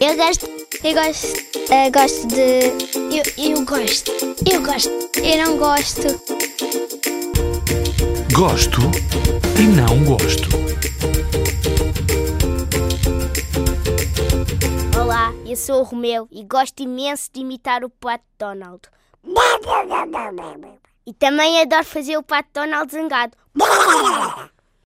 Eu gosto. Eu gosto. eh, gosto de. Eu, eu gosto. Eu gosto. Eu não gosto. Gosto e não gosto. Olá, eu sou o Romeu e gosto imenso de imitar o Pato Donald. E também adoro fazer o Pato Donald zangado.